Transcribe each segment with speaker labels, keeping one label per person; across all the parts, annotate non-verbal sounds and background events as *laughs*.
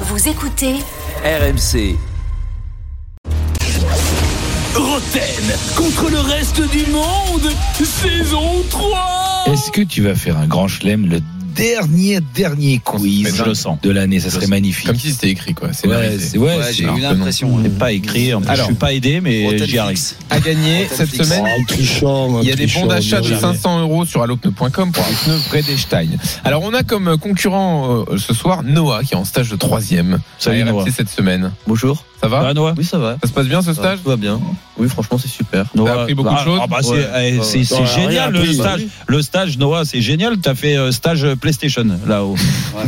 Speaker 1: Vous écoutez
Speaker 2: RMC. Roten contre le reste du monde, saison 3
Speaker 3: Est-ce que tu vas faire un grand chelem le dernier dernier quiz
Speaker 4: Mais je le sens.
Speaker 3: de l'année Ça
Speaker 4: Je
Speaker 3: serait
Speaker 4: le sens.
Speaker 3: magnifique.
Speaker 4: Comme si c'était écrit, quoi. C'est
Speaker 3: ouais, c'est- ouais,
Speaker 2: Ouais,
Speaker 3: c'est-
Speaker 2: j'ai
Speaker 4: alors
Speaker 2: eu
Speaker 4: que non.
Speaker 2: l'impression.
Speaker 5: C'est pas écrit, en plus,
Speaker 4: Alors.
Speaker 5: je suis pas aidé, mais
Speaker 2: Rotten
Speaker 5: j'y arrive.
Speaker 2: Fix.
Speaker 4: À gagner
Speaker 2: Rotten
Speaker 4: cette
Speaker 2: Fix.
Speaker 4: semaine.
Speaker 6: Oh, un trichant, un
Speaker 4: Il y a des bons
Speaker 6: trichant,
Speaker 4: d'achat de
Speaker 6: bien joué.
Speaker 4: 500 euros sur allopneu.com pour un pneu Vredestein. Alors, on a comme concurrent euh, ce soir Noah qui est en stage de troisième.
Speaker 5: Salut,
Speaker 4: à RMC
Speaker 5: Noah.
Speaker 4: cette semaine.
Speaker 5: Bonjour.
Speaker 4: Ça va
Speaker 5: Ah, Noah
Speaker 7: Oui, ça va.
Speaker 4: Ça se passe bien ce
Speaker 7: Ça
Speaker 4: stage
Speaker 7: Tout va bien. Oui, franchement, c'est super.
Speaker 5: Noah,
Speaker 4: appris beaucoup de
Speaker 5: ah,
Speaker 4: choses
Speaker 5: ah, bah, c'est- eh, c'est c'est
Speaker 6: Ouais, rien
Speaker 5: génial le
Speaker 6: appris, bah
Speaker 5: stage.
Speaker 6: oui.
Speaker 5: Le stage, Noah, c'est génial. T'as fait euh, stage euh, PlayStation là-haut.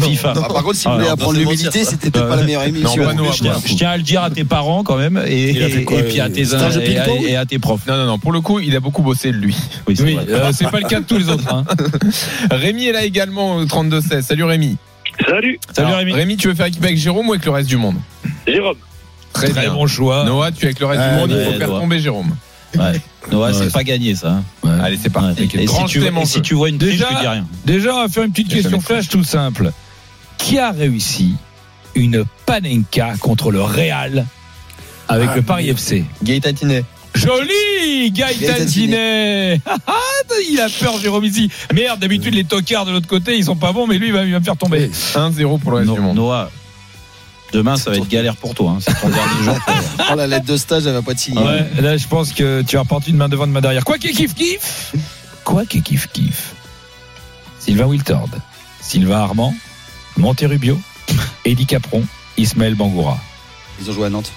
Speaker 5: FIFA.
Speaker 8: Ah, par contre, si
Speaker 5: Ah,
Speaker 8: vous voulez
Speaker 5: non,
Speaker 8: apprendre
Speaker 5: non, c'est
Speaker 8: l'humilité,
Speaker 5: mentir, ça.
Speaker 8: c'était peut-être
Speaker 5: Euh,
Speaker 8: pas la meilleure
Speaker 4: Non,
Speaker 8: émission.
Speaker 5: Je
Speaker 4: pas Noah.
Speaker 5: tiens,
Speaker 4: pour le
Speaker 5: je
Speaker 4: coup.
Speaker 5: tiens à le dire à tes parents quand même et,
Speaker 6: Il a fait quoi,
Speaker 5: et puis à
Speaker 6: euh,
Speaker 5: tes
Speaker 6: stage de
Speaker 5: et, à-
Speaker 6: Pinto
Speaker 5: et à tes profs.
Speaker 4: Non, non, non. Pour le coup, il a beaucoup bossé, lui.
Speaker 5: Oui, c'est
Speaker 4: Oui,
Speaker 5: vrai.
Speaker 4: euh, c'est pas le cas de tous les autres. hein. Rémi est là également au 32-16. Salut Rémi.
Speaker 9: Salut,
Speaker 5: Salut Rémi.
Speaker 4: Rémi, tu veux faire équipe avec Jérôme ou avec le reste du monde
Speaker 9: Jérôme.
Speaker 4: Très, bien.
Speaker 5: bon choix.
Speaker 4: Noah, tu es avec le reste
Speaker 6: Ah,
Speaker 4: du monde, il
Speaker 5: ouais,
Speaker 4: faut faire
Speaker 5: Noah.
Speaker 4: tomber Jérôme.
Speaker 5: Ouais. Noah,
Speaker 3: Ouais.
Speaker 5: c'est pas gagné ça. hein.
Speaker 4: Allez, c'est parti.
Speaker 5: Ouais, t'inquiète. et, si
Speaker 4: Grand
Speaker 5: tu,
Speaker 4: chelem en
Speaker 5: et si
Speaker 4: jeu.
Speaker 5: tu vois une triche,
Speaker 3: Déjà-
Speaker 5: tu dis rien.
Speaker 3: Déjà, on va faire une petite
Speaker 4: Je vais
Speaker 3: question
Speaker 4: mettre
Speaker 3: flash tout simple. Qui a réussi une panenka contre le Real avec le Paris FC
Speaker 7: Gaëtan Tinet.
Speaker 3: Joli Gaëtan
Speaker 8: Gaëtan
Speaker 3: Tinet *laughs* Ah, Il a peur Jérôme ici. Merde, d'habitude les tocards de l'autre côté, ils sont pas bons, mais lui il va, il va me faire tomber.
Speaker 4: 1-0 pour le reste
Speaker 5: No-
Speaker 4: du monde.
Speaker 5: Noah, demain ça va être galère pour toi. hein. C'est
Speaker 3: *laughs*
Speaker 5: ton dernier jour.
Speaker 8: Oh, la lettre de stage, elle va pas te signer.
Speaker 3: Ouais, là je pense que tu as reparti une main devant, une main derrière. Quoi qu'il kiffe kiffe Quoi qu'il kiffe kiffe Sylvain Wiltord, Sylvain Armand, Monterubio, *laughs* Eddie Capron, Ismaël Bangoura.
Speaker 8: Ils ont joué à Nantes.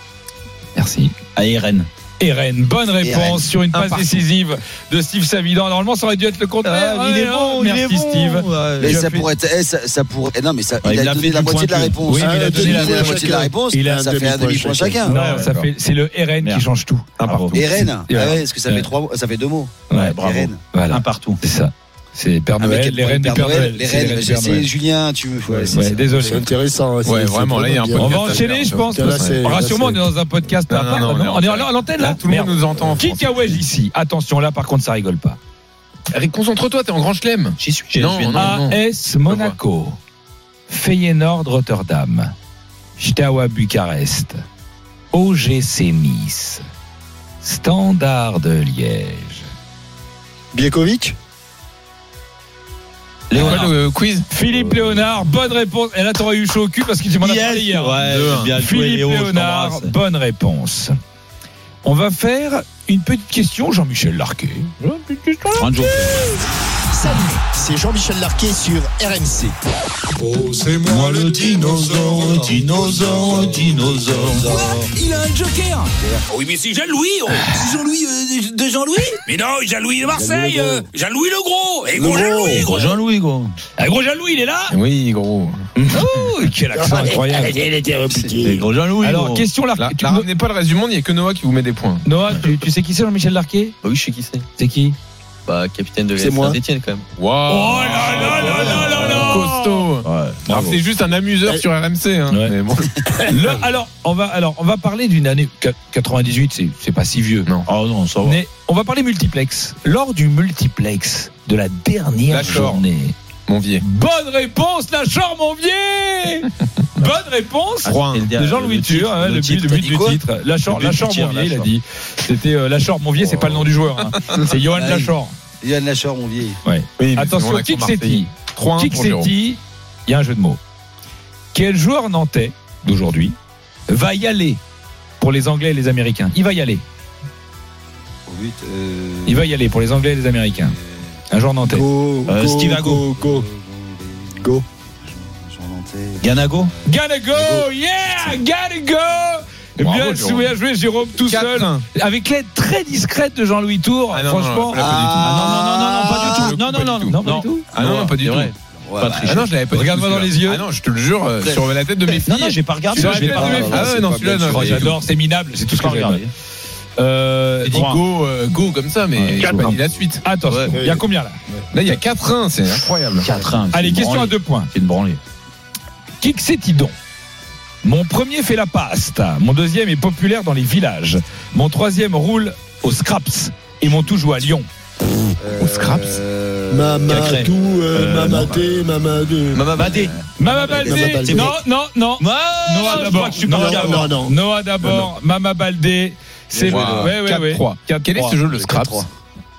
Speaker 3: Merci.
Speaker 5: À Rennes.
Speaker 3: Et Rennes, bonne réponse
Speaker 8: Rennes.
Speaker 3: sur une
Speaker 4: Un
Speaker 3: passe
Speaker 4: partout.
Speaker 3: décisive de Steve Savidan. Normalement, ça aurait dû être le contraire. Ouais, hein, merci Steve.
Speaker 8: Mais
Speaker 3: il a
Speaker 8: ça
Speaker 3: fait-
Speaker 8: pourrait être. eh, ça, ça pourrait... eh, Non, mais ça,
Speaker 5: Ouais, il
Speaker 8: il, a
Speaker 5: a
Speaker 8: donné
Speaker 5: fait
Speaker 8: la
Speaker 5: du
Speaker 8: moitié de la
Speaker 5: point de
Speaker 8: réponse.
Speaker 3: Oui, mais il a
Speaker 8: il a
Speaker 3: donné la
Speaker 8: donné la
Speaker 3: moitié
Speaker 8: moitié de la réponse.
Speaker 6: Il a un
Speaker 8: Ça fait un demi-point
Speaker 6: demi-point
Speaker 8: chacun.
Speaker 3: Non,
Speaker 4: ouais,
Speaker 3: ça
Speaker 4: d'accord.
Speaker 3: fait, c'est le RN
Speaker 5: Merde.
Speaker 3: qui change tout.
Speaker 5: Un partout.
Speaker 8: Et Rennes
Speaker 3: Ouais.
Speaker 8: Ah ouais, parce que ça
Speaker 3: Ouais.
Speaker 8: fait trois, ça fait deux mots.
Speaker 3: Ouais,
Speaker 8: Et Rennes.
Speaker 3: Voilà.
Speaker 5: Un partout.
Speaker 3: C'est ça. C'est Père
Speaker 8: Ah, mais
Speaker 3: Noël,
Speaker 8: quel
Speaker 3: les
Speaker 8: point,
Speaker 3: Rennes du
Speaker 8: Père
Speaker 3: Père Noël.
Speaker 8: Les
Speaker 3: C'est les
Speaker 8: Rennes,
Speaker 3: Rennes du
Speaker 8: j'ai
Speaker 3: Père
Speaker 8: essayé
Speaker 3: Noël.
Speaker 8: Julien, tu me.
Speaker 3: Ouais,
Speaker 8: ouais, c'est ça.
Speaker 3: désolé.
Speaker 6: C'est intéressant. hein,
Speaker 4: Ouais,
Speaker 6: c'est-
Speaker 4: vraiment,
Speaker 6: c'est
Speaker 4: là, il y a un
Speaker 6: bien.
Speaker 3: On
Speaker 4: podcast
Speaker 3: va
Speaker 4: à
Speaker 3: enchaîner,
Speaker 4: faire,
Speaker 3: je
Speaker 4: ça.
Speaker 3: pense.
Speaker 4: Là,
Speaker 3: parce
Speaker 6: c'est-
Speaker 3: que-
Speaker 6: là,
Speaker 3: Rassure-moi, on est
Speaker 6: c'est-
Speaker 3: dans un podcast.
Speaker 4: Non,
Speaker 3: à part. Non,
Speaker 4: non, non, on est en
Speaker 3: on est
Speaker 4: direct.
Speaker 3: à l'antenne
Speaker 4: Là,
Speaker 3: là.
Speaker 4: tout le monde nous entend. en France.
Speaker 3: Kikawaj ici. Attention, là par contre, ça rigole pas.
Speaker 4: Eric, Concentre-toi, t'es en grand chelem.
Speaker 5: J'y suis. j'y
Speaker 4: Non,
Speaker 5: suis.
Speaker 4: non.
Speaker 3: AS Monaco, Feyenoord Rotterdam, Steaua Bucarest, OGC Nice, Standard de Liège,
Speaker 6: Biekovic
Speaker 4: Quoi, le euh, quiz
Speaker 3: Philippe Léonard, bonne réponse. Et là, t'aurais eu chaud au cul parce que tu m'en as parlé hier.
Speaker 5: Ouais, bien joué,
Speaker 3: Philippe
Speaker 5: Léo, je
Speaker 3: Léonard,
Speaker 5: t'embrasse.
Speaker 3: bonne réponse. On va faire une petite question, Jean-Michel Larquet.
Speaker 5: Un jour.
Speaker 10: Salut, c'est Jean-Michel Larquet sur RMC.
Speaker 6: Oh, c'est moi le dinosaure, dinosaure, dinosaure.
Speaker 2: Il a un joker Ah Oui, mais c'est Jean-Louis oh. C'est Jean-Louis euh, de Jean-Louis Mais non, Jean-Louis de Marseille euh, Jean-Louis le gros Et gros Jean-Louis gros.
Speaker 5: Jean-Louis, gros.
Speaker 3: Ah, gros Jean-Louis, il est là
Speaker 4: Oui, gros.
Speaker 3: Oh, quel accent incroyable
Speaker 5: Et Gros Jean-Louis.
Speaker 3: Alors,
Speaker 5: gros.
Speaker 3: question
Speaker 4: Là,
Speaker 3: Larquet. Tu
Speaker 4: là,
Speaker 3: me-
Speaker 4: ramenez pas le reste du monde, il n'y a que Noah qui vous met des points.
Speaker 3: Noah, tu, tu sais qui c'est Jean-Michel Larquet
Speaker 7: Bah oui, je sais qui c'est.
Speaker 3: C'est qui
Speaker 7: Bah, capitaine de
Speaker 6: C'est
Speaker 7: l'AS
Speaker 6: moi.
Speaker 7: Saint-Etienne, quand même.
Speaker 4: Waouh
Speaker 3: Oh là là là là là là
Speaker 4: Costaud
Speaker 5: Ouais,
Speaker 4: Alors,
Speaker 5: bravo. Eh.
Speaker 4: c'est juste un amuseur sur RMC. Hein.
Speaker 3: Ouais.
Speaker 4: Mais bon.
Speaker 3: Le- alors, on va, alors, on va parler d'une année. qu- 98, c'est- c'est pas si vieux.
Speaker 4: Non.
Speaker 5: Oh non, ça va.
Speaker 3: Mais on va parler multiplex. Lors du multiplex de la dernière
Speaker 4: Lachor.
Speaker 3: journée.
Speaker 4: Mon vieil.
Speaker 3: Bonne réponse, Lachor Monvier Bonne réponse
Speaker 4: Ah, Trois,
Speaker 7: c'était le
Speaker 3: de
Speaker 7: dernier,
Speaker 3: Jean-Louis
Speaker 7: le
Speaker 3: Tur,
Speaker 7: titre,
Speaker 3: hein, le, but, le but du titre. Lachor,
Speaker 7: Le but du
Speaker 3: Lachor
Speaker 7: tir,
Speaker 3: Monvier, il a
Speaker 7: Lachor.
Speaker 3: dit. C'était euh, Lachor Monvier, c'est pas le nom
Speaker 7: *laughs*
Speaker 3: du joueur. hein. C'est Johan
Speaker 8: Ah oui.
Speaker 3: Lachor.
Speaker 8: Yann Lachor, mon vieil.
Speaker 4: Oui, mais c'est
Speaker 3: Attention,
Speaker 4: bon, l'accent
Speaker 3: Kiksetti.
Speaker 4: marseillais. 3-1 pour Jérôme.
Speaker 3: Kiksetti, il y a un jeu de mots. Quel joueur nantais d'aujourd'hui va y aller pour les Anglais et les Américains Il va y aller.
Speaker 8: Au but. euh,
Speaker 3: Il va y aller pour les Anglais et les Américains. Un joueur nantais.
Speaker 6: Go,
Speaker 5: Euh,
Speaker 6: go,
Speaker 5: Steve
Speaker 6: go,
Speaker 5: Ago.
Speaker 6: go. Go.
Speaker 8: Jean Nantais.
Speaker 5: Ganago
Speaker 3: Gotta go, yeah, gotta go.
Speaker 4: Bravo,
Speaker 3: Bien
Speaker 4: Jérôme.
Speaker 3: joué, à jouer Jérôme tout seul.
Speaker 4: 4-1.
Speaker 3: Avec l'aide très discrète de Jean-Louis Tour,
Speaker 4: Ah non, non,
Speaker 3: franchement.
Speaker 4: non, là,
Speaker 5: Ah non, non, non, non, pas du tout. Non, non, non,
Speaker 3: non, pas du tout.
Speaker 4: Ah non, non, pas du
Speaker 5: C'est
Speaker 4: tout.
Speaker 5: vrai.
Speaker 8: Ouais,
Speaker 5: Pas
Speaker 8: bah,
Speaker 5: triché.
Speaker 4: Ah non, je l'avais pas du
Speaker 3: Regarde-moi
Speaker 4: tout,
Speaker 3: dans les
Speaker 4: celui-là.
Speaker 3: yeux.
Speaker 4: Ah non, je te le jure, euh, sur la tête de mes filles.
Speaker 5: Non, non, j'ai pas regardé.
Speaker 3: Sur
Speaker 5: je
Speaker 3: la
Speaker 5: l'ai
Speaker 3: tête
Speaker 5: pas
Speaker 3: de mes
Speaker 5: regardé.
Speaker 3: filles.
Speaker 4: Ah ouais, non,
Speaker 8: c'est
Speaker 4: celui-là,
Speaker 8: pas
Speaker 4: non.
Speaker 3: Oh,
Speaker 4: j'ai-
Speaker 3: J'adore, c'est minable, c'est tout ce que
Speaker 5: Pas
Speaker 3: j'ai.
Speaker 5: regardé.
Speaker 3: Euh,
Speaker 4: J'ai dit
Speaker 3: trois.
Speaker 4: go, euh, go comme ça, mais j'ai pas dit la suite.
Speaker 3: Attention,
Speaker 6: Ouais.
Speaker 3: il y a combien là
Speaker 4: Là, il y a 4-1, c'est incroyable.
Speaker 5: 4-1. c'est
Speaker 3: Allez,
Speaker 5: une
Speaker 3: question à
Speaker 5: branlée.
Speaker 3: deux points.
Speaker 5: C'est une branlée.
Speaker 3: Qui que c'est-il donc Mon premier fait la pasta, mon deuxième est populaire dans les villages, mon troisième roule aux scraps et mon tout joue à Lyon.
Speaker 8: euh,
Speaker 4: Au Scraps
Speaker 6: Mamadou, euh,
Speaker 5: Euh,
Speaker 6: Mamadé, Mamadou.
Speaker 4: Mama Badé.
Speaker 3: Mama Baldé.
Speaker 6: Baldé.
Speaker 3: Non, non, non. Noah
Speaker 5: je crois
Speaker 3: d'abord.
Speaker 5: que je suis
Speaker 3: Noah
Speaker 5: pas
Speaker 6: d'accord.
Speaker 3: d'abord.
Speaker 6: Non, non.
Speaker 3: Noah d'abord. Mama Baldé. C'est
Speaker 4: Wow.
Speaker 3: ouais, ouais, ouais.
Speaker 4: 4-3. Quel est ce jeu, le Scraps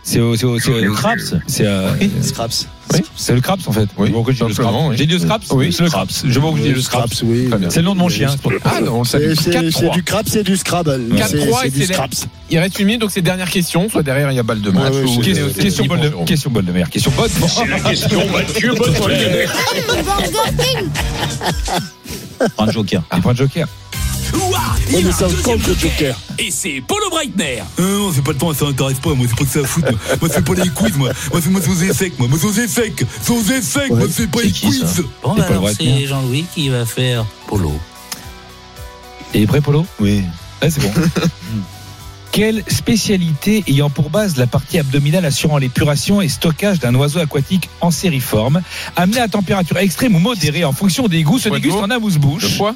Speaker 3: C'est au- c'est au- c'est
Speaker 5: Le
Speaker 3: au-
Speaker 5: Craps
Speaker 3: C'est euh,
Speaker 8: Scraps.
Speaker 3: c'est le craps en fait.
Speaker 4: Oui,
Speaker 3: Je vois que j'ai le
Speaker 4: simplement,
Speaker 3: Scraps.
Speaker 4: oui.
Speaker 3: J'ai dit le craps.
Speaker 4: Oui.
Speaker 3: C'est le craps. Je vois que j'ai dit le scraps.
Speaker 6: Scraps, oui.
Speaker 4: Très bien.
Speaker 3: C'est le nom de mon chien. c'est pour-
Speaker 4: Ah non, on le salue.
Speaker 6: C'est- C'est c'est
Speaker 4: 4-3.
Speaker 6: du crap, c'est du Scrabble.
Speaker 4: 4-3
Speaker 6: C'est-
Speaker 4: et
Speaker 6: C'est du
Speaker 4: c'est la-
Speaker 6: Scraps.
Speaker 4: Il reste une minute, donc c'est dernière question. Soit derrière, il y a balle de match.
Speaker 6: Ouais, ouais,
Speaker 4: ou-
Speaker 6: c'est-
Speaker 4: Question-
Speaker 6: c'est-
Speaker 4: Question
Speaker 3: Question
Speaker 4: balle
Speaker 3: bonne
Speaker 4: de
Speaker 3: de question bonne de mer. Question bonne.
Speaker 2: C'est la question, Mathieu Bonnemer.
Speaker 3: *laughs*
Speaker 5: Un joker.
Speaker 4: Ah.
Speaker 3: Il prend joker.
Speaker 2: Ouah,
Speaker 6: Ouais,
Speaker 2: il
Speaker 6: mais
Speaker 2: a
Speaker 6: ça
Speaker 2: un deuxième
Speaker 6: compte le Joker.
Speaker 2: Et c'est Paulo Breitner.
Speaker 1: Non, c'est pas le temps, ça m'intéresse pas, moi c'est pas que ça fout, moi, moi c'est pas les quiz, moi, moi c'est moi c'est aux échecs, moi, moi c'est aux échecs, c'est aux échecs, moi c'est pas
Speaker 5: C'est
Speaker 1: les
Speaker 5: qui, ça
Speaker 1: quiz.
Speaker 2: Bon,
Speaker 3: bah, alors, c'est
Speaker 2: Jean-Louis qui va faire Polo.
Speaker 3: Et prêt Polo
Speaker 5: Oui.
Speaker 3: Ouais, c'est
Speaker 4: *laughs*
Speaker 3: bon. Quelle spécialité ayant pour base la partie abdominale assurant l'épuration et stockage d'un oiseau aquatique en sériforme, amené à température extrême ou modérée en fonction des goûts, se
Speaker 4: Poids de
Speaker 3: déguste
Speaker 4: veau
Speaker 3: en
Speaker 4: Le
Speaker 3: amuse-bouche,
Speaker 4: poids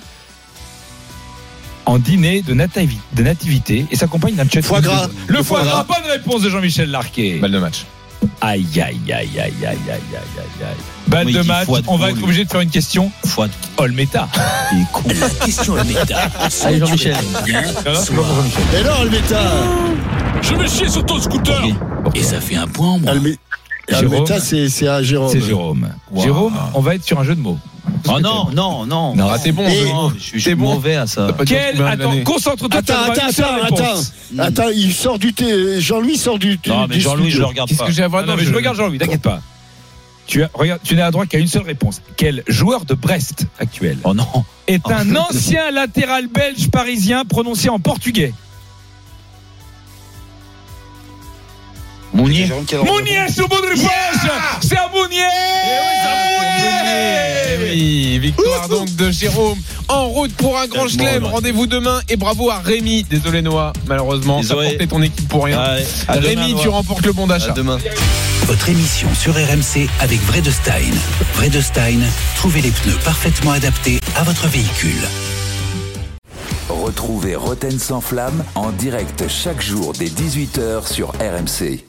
Speaker 3: en dîner de, natavi- de nativité et s'accompagne d'un chat.
Speaker 6: Foie gras.
Speaker 3: Le foie gras, bonne réponse de Jean-Michel Larquet.
Speaker 4: Balle de match.
Speaker 3: Aïe, aïe, aïe, aïe, aïe, aïe, aïe, aïe, aïe. Balle
Speaker 5: Oui,
Speaker 3: de
Speaker 5: il dit
Speaker 3: match,
Speaker 5: foie de
Speaker 3: on va
Speaker 5: veau,
Speaker 3: être
Speaker 5: lui.
Speaker 3: obligé de faire une question.
Speaker 5: Fois
Speaker 3: Olmeta.
Speaker 5: *laughs* il est con.
Speaker 2: Question
Speaker 5: *laughs*
Speaker 2: méta.
Speaker 7: Allez, Jean-Michel.
Speaker 6: Et non, Almeta
Speaker 2: Je vais chier sur ton scooter.
Speaker 5: Ok.
Speaker 2: Et ça fait un point en moins.
Speaker 6: Alme-
Speaker 3: Jérôme.
Speaker 6: Almeta, c'est c'est à Jérôme.
Speaker 3: C'est Jérôme.
Speaker 5: Wow.
Speaker 3: Jérôme, on va être sur un jeu de mots.
Speaker 5: Oh non, non, non.
Speaker 3: Non,
Speaker 4: Ah, t'es bon,
Speaker 6: Et-
Speaker 4: Jean.
Speaker 5: Je suis je
Speaker 4: T'es
Speaker 5: suis
Speaker 4: bon.
Speaker 5: mauvais à ça.
Speaker 4: T'as pas dit
Speaker 3: Quelle
Speaker 4: combien d'années
Speaker 3: Attends, concentre-toi.
Speaker 6: Attends,
Speaker 3: t'as
Speaker 6: attends,
Speaker 3: une seule
Speaker 6: attends,
Speaker 3: réponse.
Speaker 6: attends. Attends, il sort du thé. Jean-Louis sort du thé.
Speaker 5: Non, mais Jean-Louis, je le regarde
Speaker 4: Qu'est-ce
Speaker 5: pas.
Speaker 4: que j'ai à voir
Speaker 3: Ah non, mais je regarde Jean-Louis, t'inquiète pas. Tu, as- regarde, tu n'as à droit qu'à une seule réponse. Quel joueur de Brest actuel
Speaker 5: Oh non.
Speaker 3: est un ancien latéral belge parisien prononcé en portugais
Speaker 5: Mounier.
Speaker 3: Mounier, c'est une bonne réponse C'est un Mounier Eh
Speaker 4: Oui, victoire donc de Jérôme. En route pour un grand
Speaker 5: Bon,
Speaker 4: chelem.
Speaker 5: ouais.
Speaker 4: Rendez-vous demain et bravo à Rémi. Désolé Noah, malheureusement, t'as
Speaker 5: Désolé.
Speaker 4: porté ton équipe pour rien.
Speaker 5: Allez, à demain,
Speaker 4: Rémi,
Speaker 5: Noah.
Speaker 4: tu remportes le bon d'achat.
Speaker 7: À demain.
Speaker 9: Votre émission sur RMC avec Vredestein. Vredestein, trouvez les pneus parfaitement adaptés à votre véhicule.
Speaker 11: Retrouvez Roten sans flamme en direct chaque jour dès 18h sur RMC.